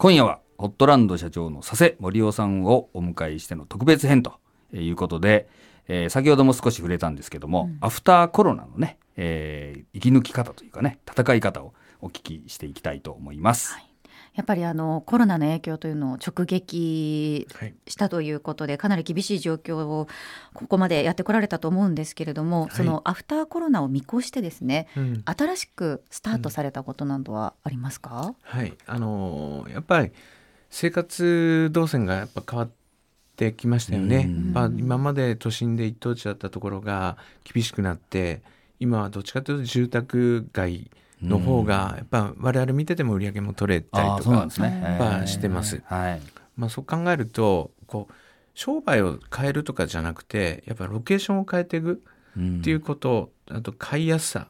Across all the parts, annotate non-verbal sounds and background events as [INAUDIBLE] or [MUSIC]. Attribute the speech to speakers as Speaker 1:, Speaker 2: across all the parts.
Speaker 1: 今夜はホットランド社長の佐世森夫さんをお迎えしての特別編ということで、えー先ほども少し触れたんですけども、アフターコロナのね、えー生き抜き方というかね戦い方をお聞きしていきたいと思います。
Speaker 2: やっぱりあのコロナの影響というのを直撃
Speaker 3: はい
Speaker 2: したということでかなり厳しい状況をここまでやってこられたと思うんですけれども、
Speaker 3: い
Speaker 2: そのアフターコロナを見越してですね
Speaker 3: うん
Speaker 2: 新しくスタートされたことなどはありますか、
Speaker 3: はい、あのーやっぱり生活動線がやっぱ変わってきましたよね。
Speaker 1: うん
Speaker 3: まあ、今まで都心で一等地だったところが厳しくなって今はどっちかというと住宅街の方がやっぱ我々見てても売り上げも取れたり
Speaker 1: あー
Speaker 3: と
Speaker 1: そうな
Speaker 3: か
Speaker 1: んですね。
Speaker 2: や
Speaker 3: っぱしてます
Speaker 1: はい。
Speaker 3: まあ、そう考えるとこう商売を変えるとかじゃなくてやっぱロケーションを変えていく
Speaker 1: っ
Speaker 3: っていうこと、あと買いやすさ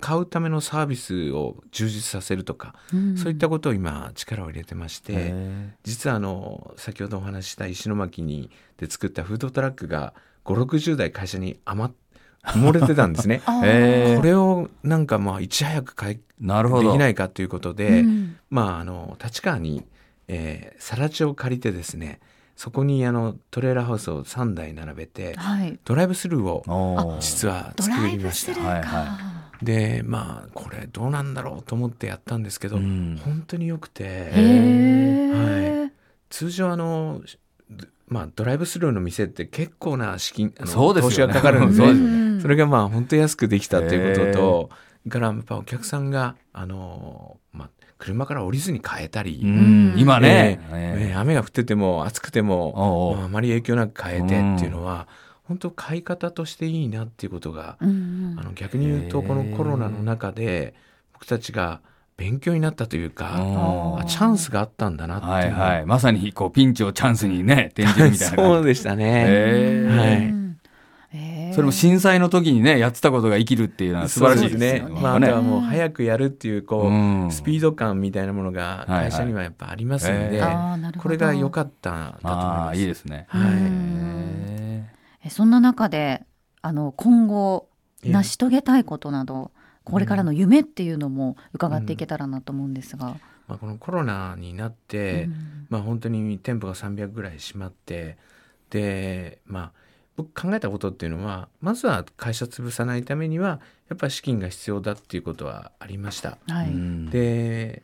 Speaker 3: 買うためのサービスを充実させるとか、
Speaker 2: うん。
Speaker 3: そういったことを今力を入れてまして、実はあの先ほどお話しした石巻にで作ったフードトラックが560台会社に余っ埋もれてたんですね
Speaker 2: [LAUGHS] あー
Speaker 1: えー
Speaker 3: これをなんかまあいち早く解
Speaker 1: なるほ
Speaker 3: 決で
Speaker 1: ど。。
Speaker 3: きないいかということで、
Speaker 2: うん
Speaker 3: まああの立川に、えー、更地を借りてですねそこにあのトレーラーハウスを3台並べて
Speaker 2: はい、
Speaker 3: ドライブスルーを
Speaker 1: お
Speaker 3: 実は
Speaker 2: ド
Speaker 3: 作
Speaker 2: ライ
Speaker 3: りま
Speaker 2: ブ
Speaker 3: し
Speaker 2: スル
Speaker 3: た。
Speaker 2: ーか、
Speaker 1: はいは
Speaker 3: でまあこれどうなんだろうと思ってやったんですけど、
Speaker 1: うん
Speaker 3: 本当に良くて。
Speaker 2: へえ、
Speaker 3: 通常あの、まあ、ドライブスルーの店って結構な資金あの
Speaker 1: そうですよね
Speaker 3: 投資がかかるんで
Speaker 1: [LAUGHS]
Speaker 3: す
Speaker 1: そう
Speaker 3: ね
Speaker 1: です
Speaker 2: ん
Speaker 3: それがまあ本当安くできたということと、からやっぱお客さんがあの、まあ、車から降りずに買えたり、
Speaker 1: うん今ね。
Speaker 3: え
Speaker 1: ね
Speaker 3: ー雨が降ってても暑くて
Speaker 1: お
Speaker 3: も、
Speaker 1: う
Speaker 3: ま
Speaker 1: お
Speaker 3: あ、あ
Speaker 1: う
Speaker 3: まり影響なく買えてっていうのは、本当買い方としていいなっていうことが、
Speaker 2: うんうん
Speaker 3: あの逆に言うとこのコロナの中で僕たちが勉強になったというか、
Speaker 1: お
Speaker 2: あ
Speaker 1: う
Speaker 3: あチャンスがあったんだなっ
Speaker 1: は
Speaker 3: てい
Speaker 1: いう
Speaker 3: の
Speaker 1: はい。まさにこうピンチをチャンスにね転じるみたいな感じ。
Speaker 3: [LAUGHS] そうでしたね。
Speaker 1: へー
Speaker 3: はい
Speaker 2: へー
Speaker 1: それも震災の時にねやってたことが生きるっていうのは素晴らしいですよ
Speaker 3: そうで
Speaker 1: ね。
Speaker 3: す
Speaker 1: やっぱ
Speaker 3: まあ、あと
Speaker 1: ね
Speaker 3: はもう早くやるっていうこう、
Speaker 1: うん
Speaker 3: スピード感みたいなものが会社にはやっぱありますの
Speaker 1: はい
Speaker 3: で、
Speaker 1: はい
Speaker 2: あーなるほど
Speaker 3: これが良かったんだと思い
Speaker 1: あ
Speaker 3: ま
Speaker 1: あ
Speaker 3: す。
Speaker 1: いいですね。
Speaker 2: う
Speaker 3: はい
Speaker 2: ん
Speaker 1: へ
Speaker 2: えそんな中であの今後
Speaker 3: ええ
Speaker 2: 成し遂げたいことなどこれからの夢っていうのも伺っていけたらなと思うんですが、
Speaker 3: まあこのコロナになっ
Speaker 2: う
Speaker 3: て、
Speaker 2: ん
Speaker 3: まあ本当に店舗が300ぐらい閉まって、で、まあ僕考えたことっていうのは、まずは会社潰さないためにはやっぱり資金が必要だっていうことはありました。
Speaker 1: え
Speaker 2: は
Speaker 1: う
Speaker 2: い
Speaker 1: ん
Speaker 3: で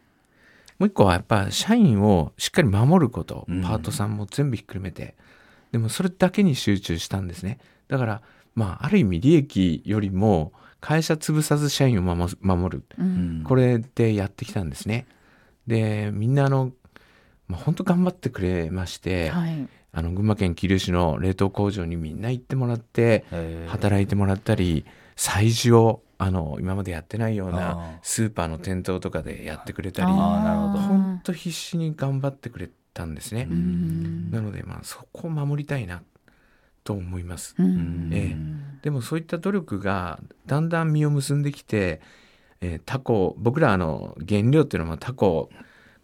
Speaker 3: もう一個はやっぱ社員をしっかり守ること、
Speaker 1: うん
Speaker 3: パートさんも全部ひっくるめてでもそれだけに集中したんですねだからまあある意味利益よりも会社潰さず社員を守す守る
Speaker 2: うん
Speaker 3: これでやってきたんですねでみんなあの、まあ、本当頑張ってくれまして、
Speaker 2: はい
Speaker 3: あの群馬県桐生市の冷凍工場にみんな行ってもらって
Speaker 1: へー
Speaker 3: 働いてもらったり催事をあの今までやってないよう
Speaker 1: あ
Speaker 3: な
Speaker 1: ー
Speaker 3: スーパーの店頭とかでやってくれたり
Speaker 1: あ
Speaker 3: ほ
Speaker 1: ーなるほど
Speaker 3: んと必死に頑張ってくれたんですね
Speaker 1: う、ん
Speaker 3: なのでまあそこを守りたいなと思います、
Speaker 2: うん
Speaker 1: ん
Speaker 3: ええでもそういった努力がだんだん実を結んできて、えータコ僕らあの原料っていうのはタコ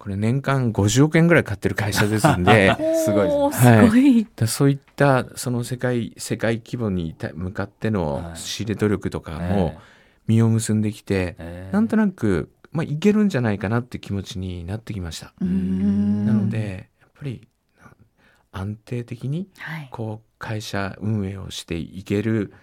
Speaker 3: これ年間50億円ぐらい買ってる会社です
Speaker 1: [LAUGHS]
Speaker 3: んで
Speaker 1: すごいですね
Speaker 2: おーすごい
Speaker 3: だそういったその世界世界規模にた向かっての
Speaker 1: はい
Speaker 3: 仕入れ努力とかも
Speaker 1: ね
Speaker 3: 実を結んできて、
Speaker 1: ええ
Speaker 3: なんとなく、まあ、いけるんじゃないかなって気持ちになってきました、
Speaker 2: うん
Speaker 3: なのでやっぱりな安定的に
Speaker 2: はい
Speaker 3: こう会社運営をしていける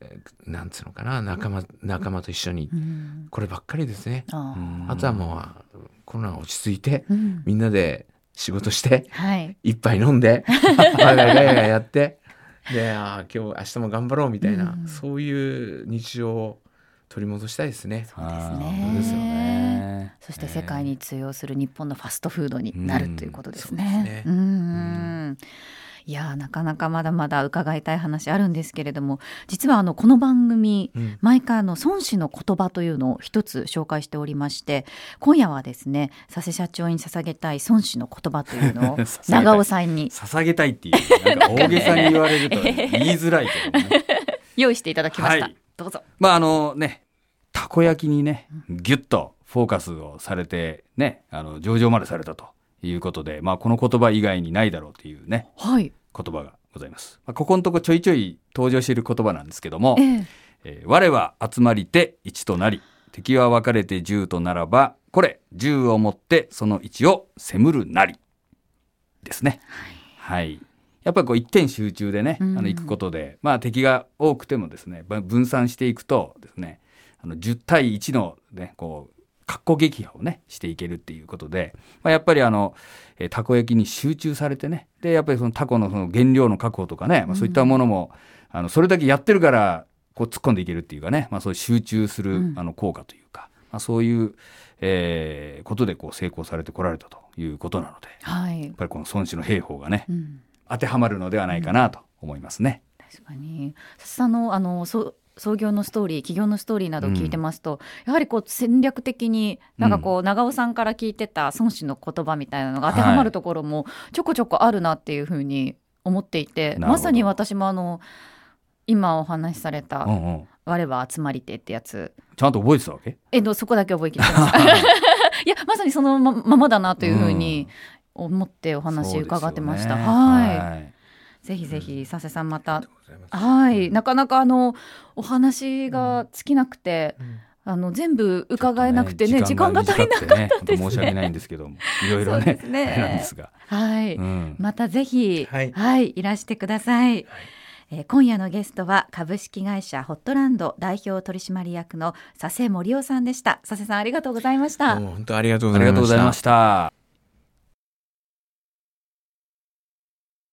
Speaker 3: えーなんつうのかな仲間仲間と一緒に
Speaker 2: うん
Speaker 3: こればっかりですね
Speaker 2: あー
Speaker 1: うん
Speaker 3: あとはもうコロナが落ち着いて
Speaker 2: うん
Speaker 3: みんなで仕事して
Speaker 2: はい
Speaker 3: 一杯飲んでワイワイガヤガヤやってであー今日明日も頑張ろうみたいな、
Speaker 2: うん
Speaker 3: そういう日常を取り戻したいですね。
Speaker 2: そうですね
Speaker 1: あー本当ですよね
Speaker 2: そして世界に通用する日本のファストフードになるということですね。う
Speaker 3: うん
Speaker 2: いやーなかなかまだまだ伺いたい話あるんですけれども実はあのこの番組
Speaker 3: うん
Speaker 2: 毎回あの孫子の言葉というのを一つ紹介しておりまして今夜はですね佐世社長に捧げたい孫子の言葉というの
Speaker 1: 捧
Speaker 2: を [LAUGHS]
Speaker 1: げたい
Speaker 2: 長尾さんに
Speaker 1: 捧げたいっていうなんか大げさに言われ
Speaker 2: [LAUGHS]
Speaker 1: ると言いづらいけどもね。
Speaker 2: 用意していただきました、
Speaker 1: はい
Speaker 2: どうぞ
Speaker 1: まああのねたこ焼きにねギュッとフォーカスをされてねあの上場までされたということで、まあ、この言葉以外にないだろうというね
Speaker 2: はい
Speaker 1: 言葉がございます。まあ、ここのとこちょいちょい登場している言葉なんですけども
Speaker 2: ええ
Speaker 1: 「えー我は集まりて一となり敵は分かれて銃とならば、これ、銃を持ってその位置を攻むるなり。ですね。はい。やっぱりこう一点集中でね、あ
Speaker 2: うん
Speaker 1: の行くことで、まあ敵が多くてもですね、ば分散していくとですね、あの10対1のね、こう、格好撃破をね、していけるっていうことで、まあ、やっぱりあの、えーたこ焼きに集中されてね、で、やっぱりそのタコのその原料の確保とかね、まあ、そういったものも、あの、それだけやってるから、こう突っ込んでいけるっていうかね、まあ、そういう集中する、
Speaker 2: うん
Speaker 1: あの、効果というか、まあ、そういう、えーことでこう成功されてこられたということなので、
Speaker 2: はい
Speaker 1: やっ。ぱりこの孫子の兵法がね、
Speaker 2: うん
Speaker 1: 当てはまるのではないかなと思いますね。
Speaker 2: 確かに佐々木さんのあのそう創業のストーリー企業のストーリーなどを聞いてますと、やはりこう戦略的になんかこう、長尾さんから聞いてた孫子の言葉みたいなのが当てはまるところもちょこちょこあるなっていうふうに思っていて、
Speaker 1: ほど
Speaker 2: まさに私もあの今お話しされた「
Speaker 1: うんうん、
Speaker 2: 我は集まりて」ってやつ
Speaker 1: ちゃんと覚えてたわけ
Speaker 2: えっとそこだけ覚えきって
Speaker 1: [LAUGHS]
Speaker 2: ましたいやまさにそのまままだなというふうに思ってお話伺ってまし
Speaker 1: そ
Speaker 2: た。
Speaker 1: うですよ
Speaker 2: は
Speaker 1: ね
Speaker 2: い
Speaker 1: はい
Speaker 2: ぜひぜ
Speaker 3: う
Speaker 2: ひ
Speaker 3: ん
Speaker 2: 佐瀬さんまた
Speaker 3: ありがとうございます
Speaker 2: はい、
Speaker 3: うん
Speaker 2: なかなかあのお話が尽きなくて、
Speaker 3: うん
Speaker 2: あの全部伺えなくてね時間が足りな
Speaker 1: くてね、本当申し訳ないんですけども、いろいろ
Speaker 2: そう
Speaker 1: ね
Speaker 2: で、すね
Speaker 1: あれなんですが、
Speaker 2: はい、
Speaker 1: うん
Speaker 2: またぜひ
Speaker 3: はい
Speaker 2: いらしてください。えー今夜のゲストは株式会社ホットランド代表取締役の佐世森夫さんでした。佐世さんありがとうございました。
Speaker 3: どうも本当ありがとうご
Speaker 1: あ
Speaker 3: ざ
Speaker 1: り
Speaker 3: い
Speaker 1: がとうご
Speaker 3: まし
Speaker 1: ざい
Speaker 3: た
Speaker 1: ま。した。